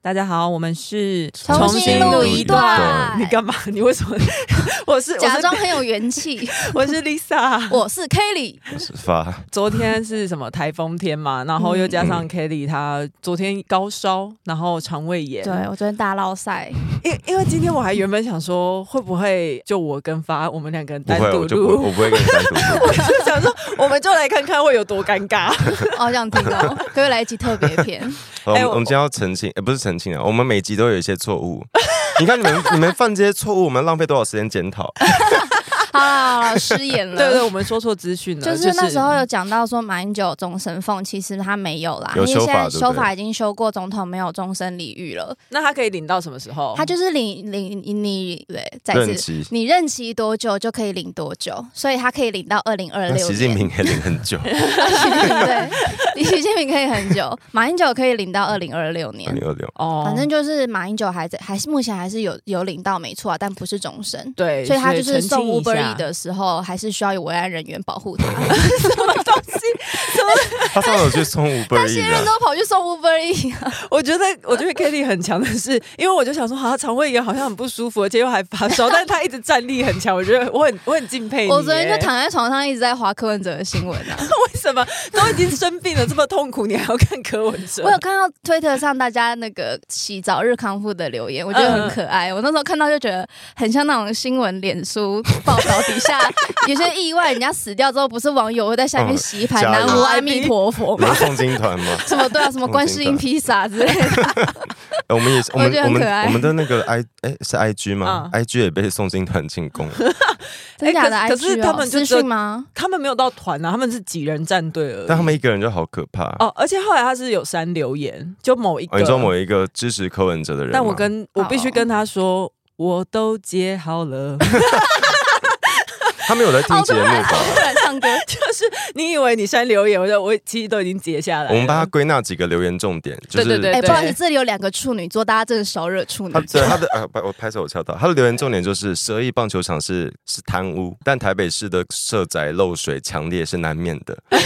大家好，我们是重新录一段你干嘛？你为什么？ 我是假装很有元气。我是 Lisa， 我是 Kelly，是发昨天是什么台风天嘛，然后又加嗯上 Kelly 她昨天高烧，然后肠胃炎。对我昨天大捞赛，因因为今天我还原本想说，会不会就我跟发我们两个人不单会，独我就不录？我不会跟你单独录。我 就想说，我们就来看看会有多尴 尬。 哦，这样听哦， 可不可以来一集特别篇？好我哎们我我们今天要澄清，呃，不是澄清啊，我们每集都有一些错误。你看你们你们犯这些错误，我们浪费多少时间检讨？好啦好啦，失言了。对对，我们说错资讯了，就是是那时候有讲到说马英九终身俸，其实他没有啦，因有为现修法在对不对修法已经修过，总统没有终身礼遇了，那他可以领到什么时候？他就是领领你你对，再任次期，你任期多久就可以领多久，所以他可以领到二零二那六。习近平也领很久，对， 你习近平可以很久，马英九可以领到二零二六二年零。二六。哦反正就是马英九还在，还是目前还是有有领到没错啊，但不是终身。对，所以他就是澄清送一 Uber 下 E 的时候，还是需要有维安人员保 护他。他上次有去送五倍他亿啊现任的，都跑去送 Uber E，我觉得，我觉得 Kitty 很强的是，因为我就想说，好、像肠胃炎好像很不舒服，而且又还发 烧，但是他一直战力很强，我觉得我很我很敬佩你耶。 我昨 天就躺在床上一直在划柯文哲的新闻啊。为什么都已经生病了这么痛苦，你还要看柯文 哲？我有看到推特上大家那个祈早日康复的留言，我觉得嗯很可爱。我那时候看到就觉得很像那种新闻脸书报道底 下有些意外，人家死掉之后，不是网友会在下面洗一盘嗯加油南无阿弥陀佛你 吗是？送金团吗？什么对啊，什么观世音披萨之类的。呃我们也是，我我们觉得我很可们爱我们的那个 I 哎是 IG 吗嗯？IG 也被送金团进攻，真假的哎 IG 可是可是哦他们就私只有讯吗？他们没有到团啊，他们是几人战队而已。但他们一个人就好可怕。哦，而且后来他是有删留言，就某一个，哦你说某一个支持柯文哲的人吗，但我跟我必须跟他说。我都接好了，他们有在听哦，节突 目然吧？突然 唱歌，就是你以为你删留言，我就我其实都已经截下来了。我们帮他归纳几个留言重点，就是对对对哎，不好意思，这里有两个处女座，大家真的少惹处女 他座。对他的呃，不我拍手我敲到他的留言重点就是蛇翼棒球场是是贪污，但台北市的社宅漏水强烈是难免的。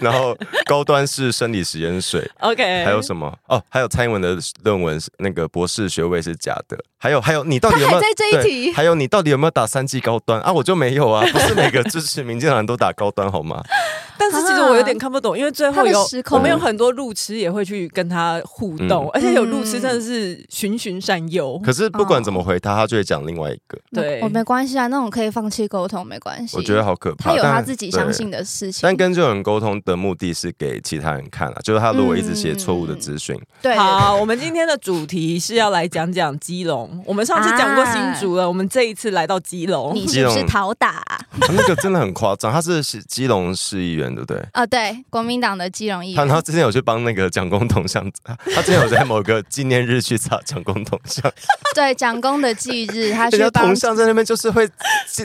然后高端是生理食盐水， OK，还有什么？哦，还有蔡英文的论文是那个博士学位是假的，还有还有你到底有没他有还在这一对题还有你到底有没有打三剂高端啊？我就没有啊，不是每个支持民进党人都打高端好吗？但是其实我有点看不懂，因为最后他有的时空我们有很多路痴也会去跟他互动，嗯而且有路痴真的是循循善诱。可是不管怎么回他，他就会讲另外一个，对我没关系啊，那种可以放弃沟通，没关系。我觉得好可怕。他有他但自己对相信的事情，但跟这种人沟通的目的是给其他人看啊，就是他如果一直写错嗯误的资讯，对，对对好，我们今天的主题是要来讲讲基隆。我们上次讲过新竹了，我们这一次来到基隆。啊你是不是讨打啊？他那个真的很夸张。他是基隆市议员，对不对？啊对，国民党的基隆议他员他之前有去帮那个蒋公铜像， 他他之前有在某个纪念日去擦蒋公铜像，对蒋公的忌 日， 他人去家帮铜，像在那边就是会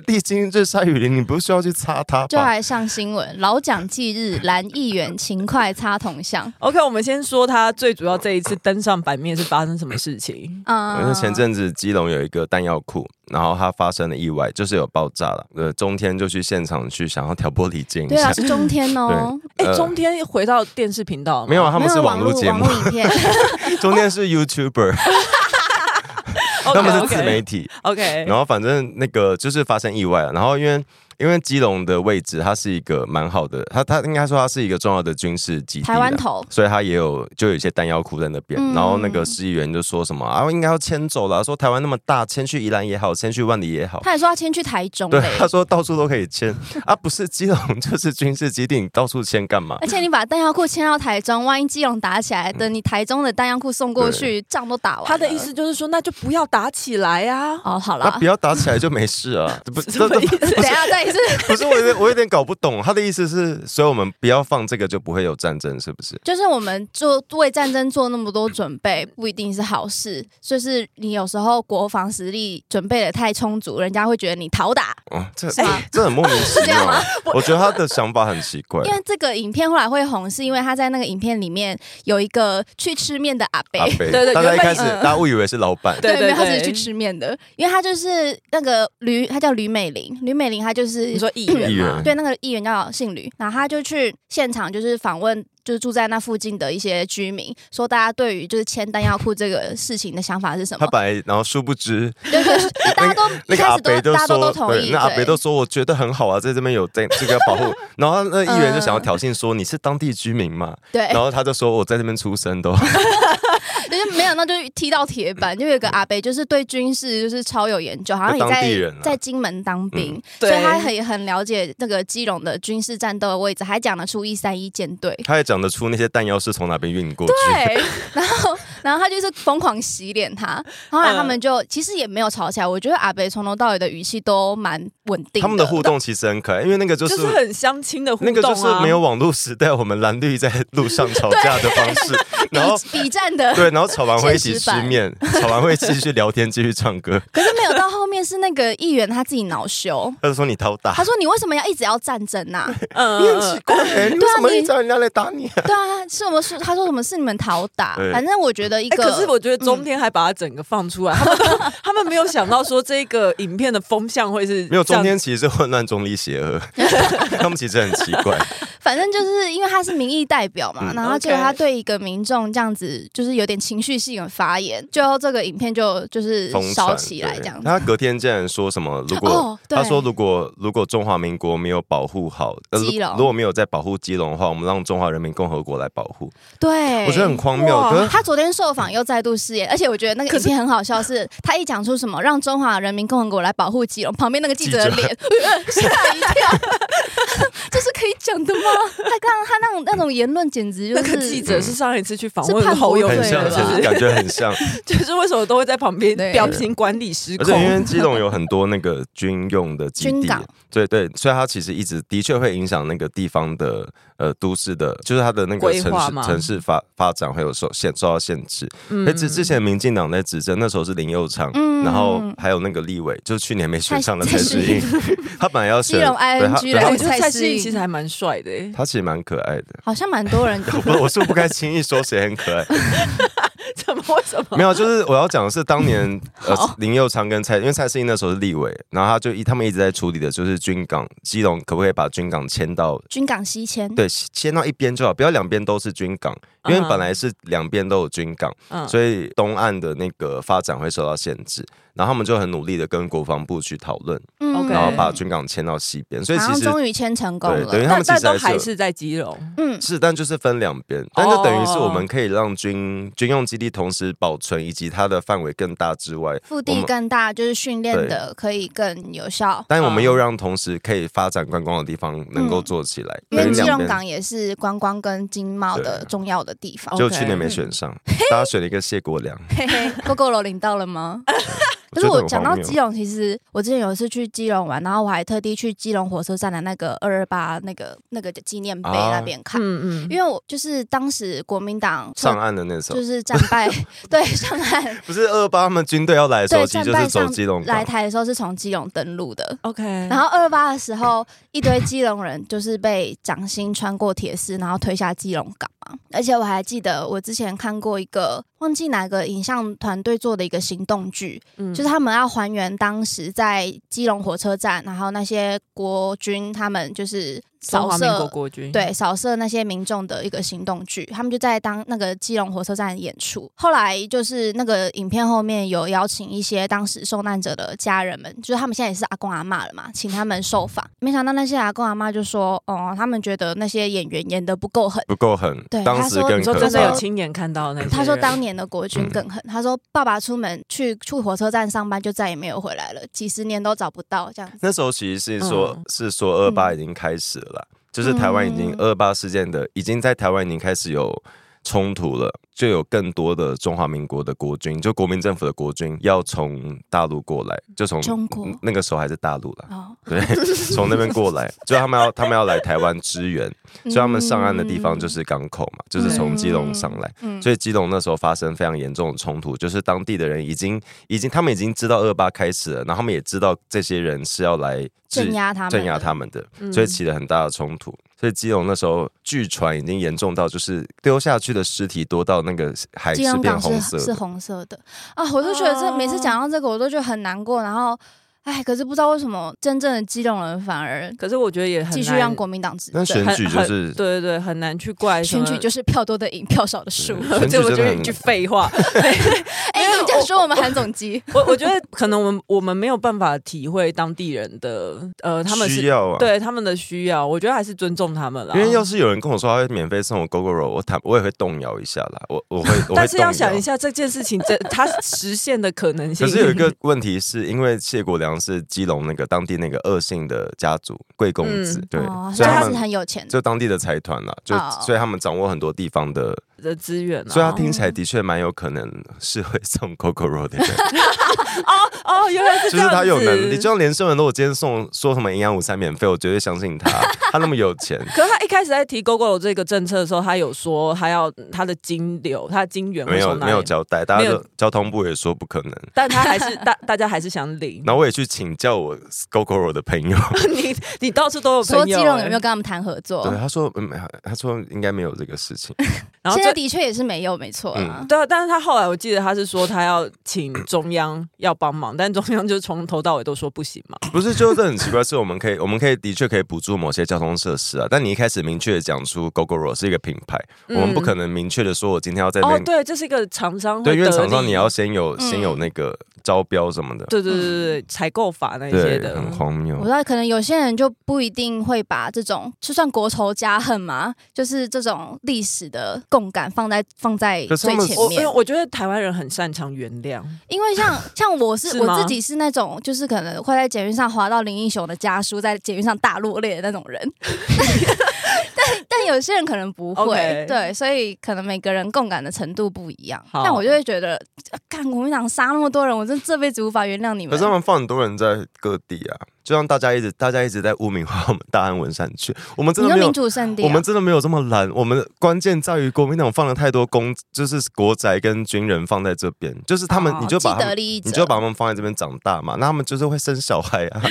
历经日晒雨淋，你不需要去擦它就吧？还上新闻，老蒋忌日，蓝议员勤快擦铜像。 OK，我们先说他最主要这一次登上版面是发生什么事情？嗯因为前阵子基隆有一个弹药库，然后它发生了意外，就是有爆炸了。呃，中天就去现场去想要挑拨离间一对下啊，，是中天哦，哎、呃中天回到电视频道了吗没有啊，他们没是有网络节网目，络影 片，中天是 YouTuber， OK，他们是自媒体。 OK，然后反正那个就是发生意外了，然后因为因为基隆的位置，它是一个蛮好的，它它应该说它是一个重要的军事基地啦，台湾头所以它也有就有一些弹药库在那边。嗯然后那个市议员就说什么啊，应该要迁走了，说台湾那么大，迁去宜兰也好，迁去万里也好。他也说要迁去台中欸嘞对，，他说到处都可以迁啊，不是基隆就是军事基地，你到处迁干嘛？而且你把弹药库迁到台中，万一基隆打起来，等你台中的弹药库送过去，仗都打完了。他的意思就是说，那就不要打起来 啊。哦，好那啦不，要打起来就没事啊，不，什这么这意思？ 等一下再一次，不是我有点我有点搞不懂他的意思是，所以我们不要放这个就不会有战争，是不是？就是我们做为战争做那么多准备，不一定是好事。就是你有时候国防实力准备的太充足，人家会觉得你讨打。哦，这是吗这很莫名其哎是这样妙吗啊。 我觉得他的想法很奇怪。因为这个影片后来会红，是因为他在那个影片里面有一个去吃面的阿伯阿，对北，对大家一原本开始嗯大家误以为是老板，对对没有他对是去吃面的，因为他就是那个吕，他叫吕美玲，吕美玲她就是你说议员议嘛员，对，那个议员叫姓吕，然后他就去现场，就是访问，就是住在那附近的一些居民，说大家对于就是签弹药库这个事情的想法是什他么？本来然后殊不知对对， 就是大家都那一个开阿始都北就大家都说都，同对，意，那阿北都对。说我觉得很好啊，在这边有在这个要 保护，然后那议员就想要挑衅说你是当地居民嘛，嗯对然，后他就说我在这边出生的哦， 就是没想到就是踢到铁板，就有一个阿北，就是对军事就是超有研究，好像也当地在人啊嗯在金门当兵，所对以他很很了解那个基隆的军事战斗的位置，还讲得出一三一舰队。他也讲得出那些弹药是从哪边运过去，对， 然后然后他就是疯狂洗脸他，后来他嗯们就、其实也没有吵起来，我觉得阿北从头到尾的语气都蛮稳定的，他们的互动其实很可爱，因为那个就就是是很相亲的互那动啊。个就是没有网络时代，我们蓝绿在路上吵架的方式，然后比比战的，哦 对，然后吵完会一起 现实吃版面，吵完会继续聊天，继续 唱歌。可是没有到后面是那个议员他自己恼羞，他就说你头大他，说你为什么要一直要战争 呐、啊？嗯，你嗯很奇怪欸，哎你为什么一直找人家来打你啊？对啊，是我们说他说什么是你们讨打对，反正我觉得一哎、个，嗯可是我觉得中天还把它整个放出来，他们 都他们没有想到说这个影片的风向会是 没有，这样中间其实是混乱中立邪 恶，他们其实很奇怪。反正就是因为他是民意代表嘛，嗯然后结果 OK 他对一个民众这样子，就是有点情绪性的发言，最后这个影片就就是疯烧传起来对这样子。他隔天竟然说什么？如果、哦对他说如果如果中华民国没有保护好，呃基隆如果没有在保护基隆的话，我们让中华人民共和国来保护，对，我觉得很荒谬。哇可是他昨天受访又再度失言，而且我觉得那个影片很好笑是，他一讲出什么让中华人民共和国来保护基隆，旁边那个记者的脸 吓一跳， 这是可以讲的吗？他刚他那种那种言论简直就那是个记者是上一次去访嗯是叛问国侯友对啊很宜像，的对其实吧，感觉很像。 就是为什么都会在旁边对表情管理失而控且？因为基隆有很多那个军用的基军地港，对对，所以它其实一直的确会影响那个地方的呃都市的，就是它的那个规城划市吗城市发发展会有受限受到限制。嗯那之、之前民进党在执政，那时候是林佑昌，嗯然后还有那个立委，就是去年没选上的蔡蔡蔡诗英， 他本来要选基隆对他 ING 对来他我觉得蔡蔡诗诗颖颖其实还蛮帅的、欸， 他其实蛮可爱的。好像蛮多人。我不，我是不该轻易说谁很可爱，怎么为 什么？没有，就是我要讲的是当年呃好林佑昌跟蔡，因为蔡适应那时候是立委，然后他就一他们一直在处理的就是军港基隆可不可以把军港迁到军港西迁，对迁到一边就好，不要两边都是军港，因为嗯本来是两边都有军港，嗯所以东岸的那个发展会受到限制，然后他们就很努力的跟国防部去讨论，嗯 OK 对然后把军港迁到西边，所以然其后实终于迁成功对等了。于他但们其但实都还还是有。是在基隆，嗯，是，但就是分两边，但就等于是我们可以让军军用基地同时保存，以及它的范围更大之外，腹我地们更大，就是训练的可以更有效。但我们又让同时可以发展观光的地方能够做起来，因为等于嗯基隆两边港也是观光跟经贸的对重要的地方。就 OK 去年没选上，大家选了一个谢国良， 嘿嘿，够够了，领到了吗？可是觉得我很讲到荒谬基隆，其实我之前有一次去基隆玩，然后我还特地去基隆火车站的那个二二八那个那个纪念碑啊那边看，嗯嗯，因为我就是当时国民党上岸的那时候就，是战败， 对上岸不是二八他们军队要来的时候，对其战实就败是走上基隆来港，台的时候是从基隆登陆的， OK，然后二八的时候，一堆基隆人就是被掌心穿过铁丝，然后推下基隆港嘛。而且我还记得，我之前看过一个忘记哪个影像团队做的一个行动剧，嗯就是他们要还原当时在基隆火车站，然后那些国军他们就是中扫华民国射。国军，对，扫射那些民众的一个行动剧，他们就在当那个基隆火车站演出。后来就是那个影片后面有邀请一些当时受难者的家人们，就是他们现在也是阿公阿嬷了嘛，请他们受访。没想到那些阿公阿嬷就说，哦，他们觉得那些演员演的不够狠。不够狠对，当他时说更你说可真的有怕。亲眼看到那些人？他说当年的国嗯军更狠，他说爸爸出门去去火车站上班就再也没有回来了，几十年都找不到这样子。那时候其实是说，嗯是说二八已经开始了啦，就是台湾已经嗯二八事件的，已经在台湾已经开始有冲突了，就有更多的中华民国的国军，就国民政府的国军要从大陆过来，就从中国那个时候还是大陆啦，哦，对，从那边过来，就他们要他们要来台湾支援，所以他们上岸的地方就嗯是港口嘛，就是从基隆上来。嗯所以基隆那时候发生非常严重的冲突，就是当地的人已经已经他们已经知道二八开始了，然后他们也知道这些人是要来制镇压他们，镇压他们的，所以起了很大的冲突。所以基隆那时候据传已经严重到就是丢下去的尸体多到那个海基是隆变港红是色是的。哦红色的啊！我就觉得这每次讲到这个，我都觉得很难过。然后，哎，可是不知道为什么真正的基隆人反而可是我觉得也很继续难让国民党执那选政，很举就很是对对对，很难去怪什选么 举就是票多的赢，票少的 输。对选举这我真觉的得很一句废 话。哎，你这样说我们韩总机，我我觉得可能我们我们没有办法体会当地人的呃，他们需是要啊，对他们的需要，我觉得还是尊重他们啦。因为要是有人跟我说他会免费送我 GoGo Roll，我坦我也会动摇一下啦，我我会我会但是要动摇想一下这件事情，这它实现的可能性。可是有一个问题是，因为谢国良是基隆那个当地那个恶性的家族贵公子，嗯对，哦所所以以他他是们很有钱的。就当地的财团啦，就、哦所以他们掌握很多地方的，的资源所以他啊。听起来的确蛮有可能是会送 Coco Roll 的人，哦哦，原来是这就是样子。他有能力。就像连胜文，如果今天送说什么营养午餐免费，我绝对相信他，他那么有钱。可是他一开始在提 GoGo 这个政策的时候，他有说他要他的金流，他的金源没会有从哪没有里？交代，大家没有都交通部也说不可能。但他还是大大家还是想领。然后我也去请教我 GoGo 的朋友， 你你到处都有朋说友、基隆有没有跟他们谈合作哎对？他说，嗯，他说应该没有这个事情。 然后现这在的确也是没有，没错啊。嗯对啊，但是他后来我记得他是说他要 请中央要帮忙，但中央就从头到尾都说不行嘛。不是，就是这很奇怪，是我们可以，我们可以的确可以补助某些交通设施啊，但你一开始明确的讲出 GoGoRo 是一个品牌，我们不可能明确的说我今天要在嗯那哦，边，对，这是一个厂商对，会因为得厂商利你要先有嗯先有那个招标什么的，对对对对对采购法那些嗯对，的，很荒我谬知。道，可能有些人就不一定会把这种就算国仇家恨嘛，就是这种历史的共感放在放在可是哦最他们前我因面为。我觉得台湾人很擅长原谅，因为 像像我是是吗我自己是那种，就是可能会在捷运上滑到林英雄的家书，在捷运上大落泪的那种人。 但但有些人可能不会 OK 对，所以可能每个人共感的程度不一样。好但我就会觉得，啊干国民党杀那么多人，我真的这辈子无法原谅你可们是。他们放很多人在各地啊，就像大家一直大家一直在污名化我们大安文山区，我们真你的说没有民。主圣地、啊，我们真的没有这么懒，我们关键在于国民党放了太多公，就是国宅跟军人放在这边，就是他们，哦你就把既他得们利益者，你就把他们放在这边长大嘛，那他们就是会生小孩啊，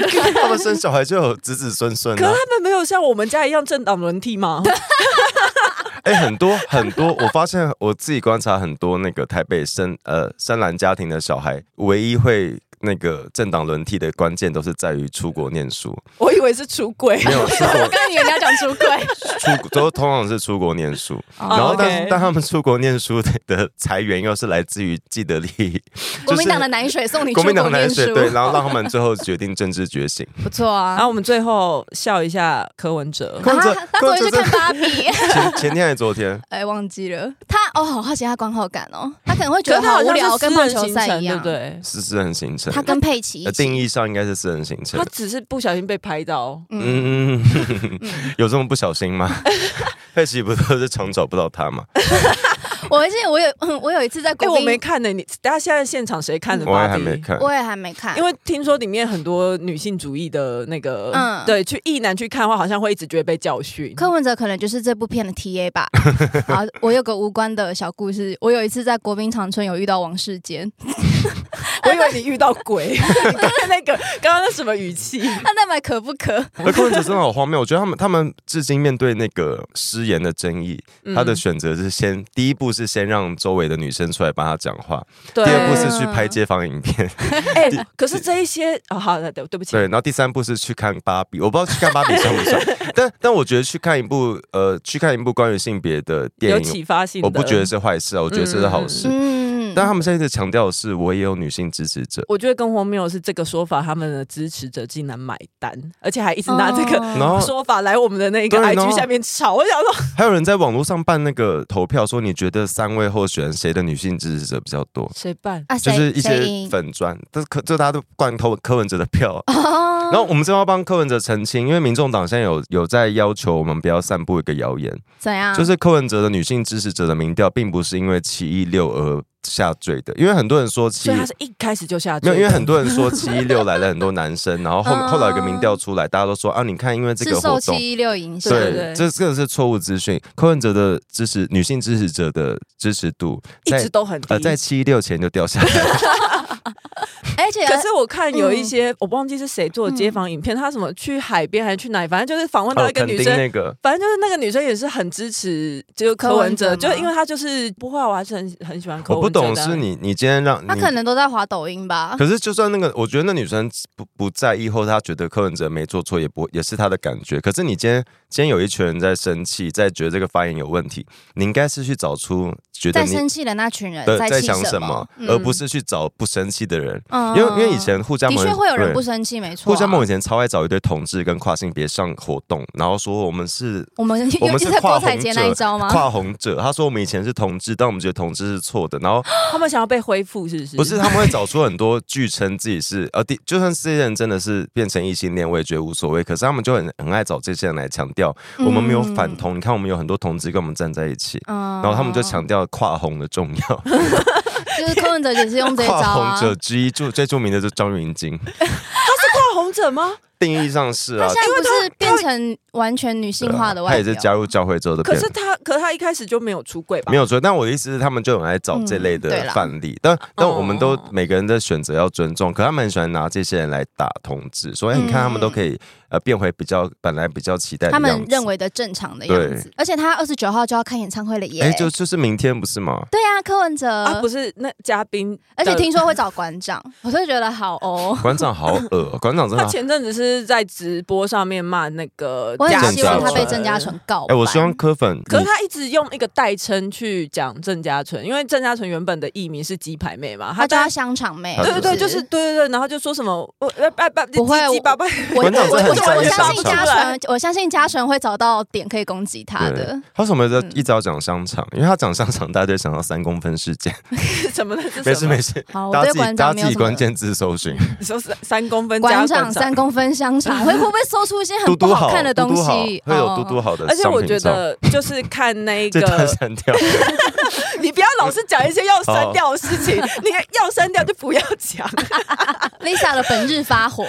他们生小孩就有子子孙孙可是啊。他们没有像我们家一样政党轮替吗？ 哎、很多很多，我发现我自己观察很多那个台北深呃深蓝家庭的小孩，唯一会那个政党轮替的关键都是在于出国念书，我以为是出轨，没有出 国刚刚以为你要讲出 轨，出都通常是出国念书，哦然后但、 OK 但他们出国念书的的财源又是来自于既得利益，国民党的奶水送你出国民党念奶水书，对，然后让他们最后决定政治觉醒。不错啊。然后我们最后笑一下柯文哲，柯文哲啊他昨天去柯文看哲芭比。 前前天还是昨天，哎，忘记了他哦，好好奇他观后感哦，他可能会觉可得是他好好无像聊，是跟私棒人球行赛程，一对样不。对？是私人行程。他跟佩奇呃一起，定义上应该是私人行程他。只是不小心被拍到，嗯，嗯，有这么不小 心吗？佩奇不都是常找不到他吗？我还记得我有嗯我有一次在哎，国我宾，没看呢，你大家现在现场谁看的？我也还没。看。我也还没看，因为听说里面很多女性主义的那个，嗯对，去异男去看的话，好像会一直觉得被教训。柯文哲可能就是这部片的 T A 吧。 好，我有个无关的小故事。我有一次在国宾长春有遇到王世坚，我以为你遇到鬼，你刚才那个刚刚那什么语气？他在买可不可？而哎柯文哲真的好荒谬，我觉得他们他们至今面对那个失言的争议，嗯他嗯的选择是先第一步是先让周围的女生出来帮他讲话，对第二步是去拍街坊影片，哎、可是这一些哦，好的，对对不起，对，然后第三步是去看芭比，我不知道去看芭比算不 算，但但我觉得去看一部呃去看一部关于性别的有电启影，发性的，我不觉得。是坏事啊，我觉得这是好事。嗯，但他们现在一直强调的是，我也有女性支持者，我觉得更荒谬的是这个说法，他们的支持者竟然买单，而且还一直拿这个然后说法来我们的那个对然后 IG 下面吵。我想说，还有人在网络上办那个投票，说你觉得三位候选人谁的女性支持者比较多？谁办？啊，就谁是一谁些赢粉砖，但是柯这大家都灌柯柯文哲的票啊、哦然后我们正要帮柯文哲澄清，因为民众党现在有有在要求我们不要散布一个谣言，怎嗯样？就是柯文哲的女性支持者的民调，并不是因为七一六而下坠的，因为很多人说七所以他是一开始就下哦去，没有，因为很多人说七一六来了很多男生，然后后嗯后来有个民调出来，大家都说啊，你看因为这是个活受动，七一六影响，对对，这这个是错误资讯。柯文哲的支持女性支持者的支持度一在直都很低。呃在七一六前就 掉下来了，而且可是我看有一嗯些，我忘记是谁做的街访影片，他什么去海边还是去哪里，反正就是访问到哦一个肯女定生，那个。反正就是那个女生也是很支持，就是柯柯文文哲，就哲吗因为她就是不会啊，我还是很很喜欢柯我不文哲的啊。懂是你，你今天让他你可能都在滑抖音吧。嗯可是，就算那个，我觉得那女生不不在意，或者她觉得柯文哲没做错，也不也是她的感觉。可是你今天今天有一群人在生气，在觉得这个发言有问题，你应该是去找出觉得在你生气的那群人的在气想什么么，，嗯而不是去找不生气的人。嗯因为因为以前互加的盟确会有人对不生气，没错啊。互加盟以前超爱找一堆同志跟跨性别上活动，然后说我们 是。我们我们就是在跨郭红采洁那一招者，吗？跨红者。他说我们以前是同志，但我们觉得同志是错的。然后他们想要被恢复，是不是？不是，他们会找出很多据称自己是呃，第就算这些人真的是变成异性恋，我也觉得无所谓。可是他们就很很爱找这些人来强调，我们没有反同。你看，我们有很多同志跟我们站在一起，嗯然后他们就，强调跨红的重要。就是柯文哲也是用这一招 跨啊红。者之一，就最著名的就是张云京，跨红者吗？定义上是啊他现，在不是变成完全女性化的他外也是表，加入教会之后的可变是他，可是他一开始就没有出柜吧？没有，有错，但我的意思是，他们就很爱找这类嗯对的啦范例，但但我们都哦每个人的选择要尊重，可他们很喜欢拿这些人来打同志，所以你看他们都可以呃变回比较本来比较期待的嗯他们样子认为的正常的样子。而且他二十九号就要看演唱会了耶哎，！就就是明天不是吗？ 对啊，柯文哲，啊，不是那嘉宾，而且听说会找馆长，我就觉得好 哦。馆长好恶，馆长真他的好。前阵子是在直播上面骂那个我家很纯，希望他被郑嘉纯告哎，白。我希望柯粉，可是你他一直用一个代称去讲郑嘉纯，因为郑嘉纯原本的艺名是鸡排妹嘛，他叫大家他香肠妹，对对对，是就是对对对，然后就说什么我哎哎哎，不会鸡鸡巴巴，我馆长我真的我很专我业相信上嘉场纯，我相信嘉纯会找到点可以攻击他的对。，他为什么要嗯一直要讲香肠？因为他讲香肠，大家就想到三公分事 件。 什么的，是什么没事没事，好，我大家哦对自己馆大长没家自有己什么关。键字搜寻。你说三三公分加馆长三，公分香 肠，会会不会搜出一些嘟 很嘟不好，看的东嘟嘟好西？会有哦嘟嘟好的商而品且照。我觉得就是看 那这段个，删掉。你不要老是讲一些要哦删掉的事情，你要删掉就不要讲。 Lisa 的本日发 火，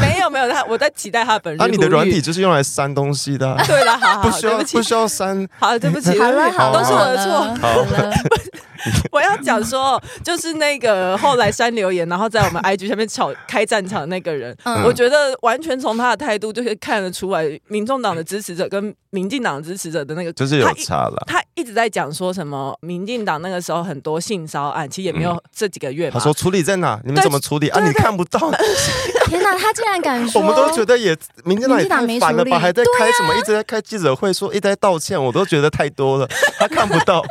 没有没有，他我在期待他本人。啊，你的软体。就是用来删东西的 啊，对了，好好，不好需对要不不起，需要删。好，对 不起，好对了不起好了，啊都是我的错。好了，我要讲说，就是那个后来删留言，然后在我们 IG 下面吵开战场的那个人，嗯我觉得完全从他的态度就可以看得出来，民众党的支持者跟民进党的支持者的那个就是有他一差了。他一直在讲说什么，民进党那个时候很多性骚案，其实也没有这几个月嘛。嗯他说处理在哪？你们对怎么处理啊？你看不到， 天哪，他竟然敢说，我们都觉得也民进党也太烦了吧，还民进党没在开啊什么一直在开记者会，说一直在道歉，我都觉得太多了。他看不 到，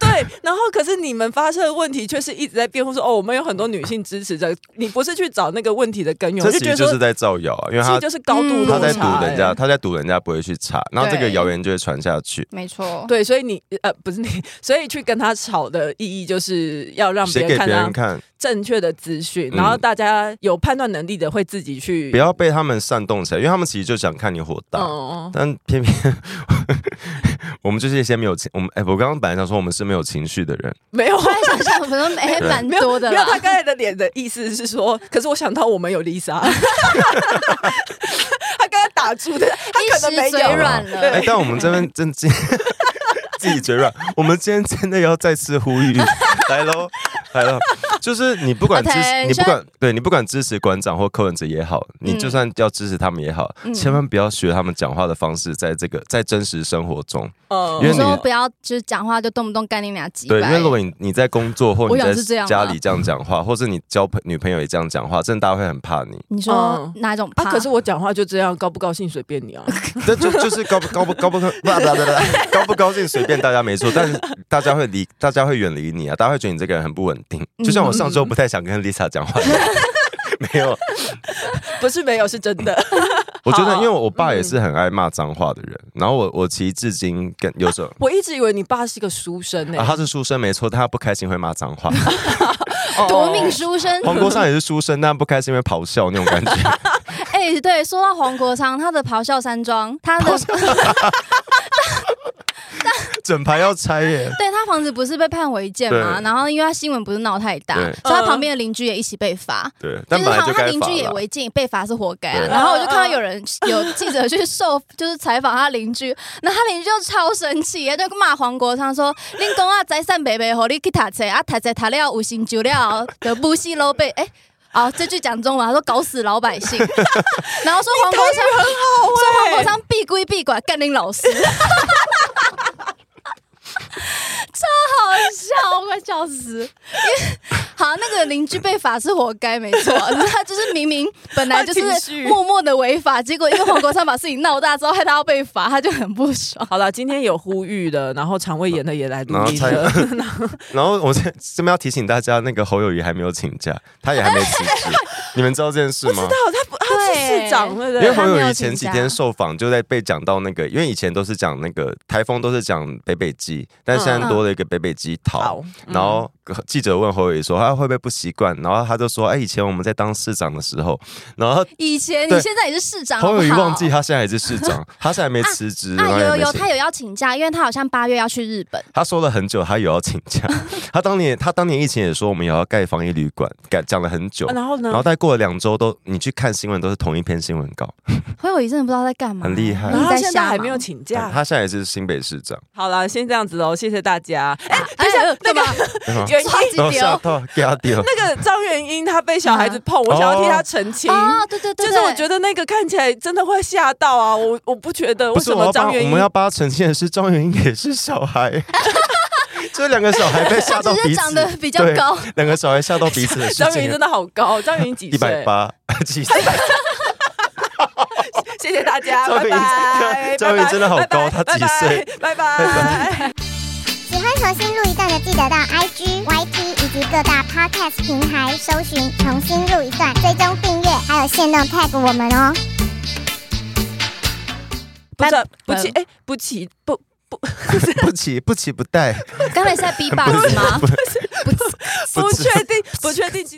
对，然后可是你们发生的问题却是一直在辩护说，哦，我们有很多女性支持者，你不是去找那个问题的根源，这我其觉得实就说是，在造谣啊，因为其实他就是高度嗯落他差、在堵人家，哎他在堵人家不会去查，然后这个对谣言就会传下去。没错，对，所以你呃不是你，所以去跟他吵的意义就是要让别写人给看啊别到人看，正确的资讯，嗯然后大家有判断能力的会自己去不要被他们煽动起来，因为他们其实就想看你火大。嗯，但偏偏我们就是一些没有情，我们哎、我刚刚本来想说我们是没有情绪的人，没有突 然想想， 可能哎，对蛮多的没有，啦。他刚才的脸的意思是说，可是我想到我们有 Lisa，他刚才打住的，他可能没一时嘴有。软了哎、但我们这边 真真自己嘴软，我们今天真的要再次呼吁，来喽，来喽，就是你不管支持， Attention 你不管对你不管支持馆长或柯文哲也好，你就算要支持他们也好，嗯千万不要学他们讲话的方式，在这个在真实生活中，嗯因为你你啊说不要就是讲话就动不动干你俩几对，因为百如，果你你在工作或我你想是这在样啊家啦里这样讲话，或是你交朋女朋友也这样讲话，真的大家会很怕你。你说嗯哪一种怕？啊，可是我讲话就这样，高不高兴随便你啊。这就就是高不高不高不高不不不不 高不高兴随便大家没错，但是大家会离大家会远离你啊，大家会觉得你这个人很不稳定。就像我上周不太想跟 Lisa 讲话一样， 没有，不是没有，是真的。我觉啊得因为我爸嗯也是很爱骂脏话的人，然后我我其实至今跟有时候。我一直以为你爸是个书生欸呢、啊，他是书生没错，但他不开心会骂脏 话。哦夺命书生，黄国昌也是书生，但他不开心会咆哮那种感觉。 哎、对，说到黄国昌，他的咆哮山庄，他的整排要拆耶，对他房子不是被判违建嘛，对然后因为他新闻不是闹太大，对所以他旁边的邻居也一起被罚。对，就但是本来好就像他该邻罚居也了。违建，被罚是活该、啊。对然后我就看到有人有记者去受，就是采访他邻居，那他邻居就超生气，他就骂黄国昌说：“恁公啊，宅散北北，和你去读册啊，读册读了有心酒了，的不惜老百哎。啊，这句讲中文，他说搞死老百姓，然后说黄国昌很好、说黄国昌闭归闭管，干林老师， 超好笑，我快笑死！因为好，那个邻居被罚是活该，没错，可是他就是明明本来就是他情绪默默的违法，结果因为黄国昌把事情闹大之后，害他要被罚，他就很不爽。好了，今天有呼吁的，然后肠胃炎的也来录音然 了。啊然后我这这边要提醒大家，那个侯友谊还没有请 假，他也还没辞职，你们知道这件事吗？哦，他不，他是市长，对不因为对？侯他没友有谊前请几假天受访就在被讲到那个，因为以前都是讲那个台风都是讲北北基，但现在嗯多了一个北北基桃。好，然后记者问侯友谊说他会不会不习惯，然后他就说：“哎，以前我们在当市长的时候，然后以前对你现在也是市长，侯友谊好不好忘记他现在还是市长，他现在还没辞职，然后啊，也有有没有，请他有要请假，因为他好像八月要去日本。他说了很久，他有要请假。 他当年他当年疫情也说我们也要盖防疫旅馆，改讲了很久啊。然后呢然后？再过了两周都，你去看新闻都是同一篇新闻稿，侯友谊真的不知道在干嘛，很厉害然后一他直现瞎在忙还没有请假。他现在也是新北市 长，好了，先这样子喽，谢谢大家。哎、哎等一下，哎那个干嘛原因抓 紧然后吓流到给他丢。 那个张元英她被小孩 子碰，我想要替她澄清。哦，对对对，就是我觉得得那个看起来真的会吓到啊！我我不觉得不为是什我么要帮张我元英们要帮他呈现的是张元英也是小孩， 这两个小孩被吓到只 彼是此，长得比较对高，两个小孩吓到彼此的事 张元情英真。的好高，张元英几 一百岁？八，几岁？谢谢大家， 张拜元英拜。 张元英真的好高他几岁哎拜拜？拜拜。 喜欢重新录一段的，记得到 IG、YT 以及各大 Podcast 平台搜寻“重新录一段”，追踪订阅，还有限定 tag 我们哦。不是拜不 期嗯哎不期不 不急不急不带。刚才是在逼 b o 吗？不是， 不确定不确定今。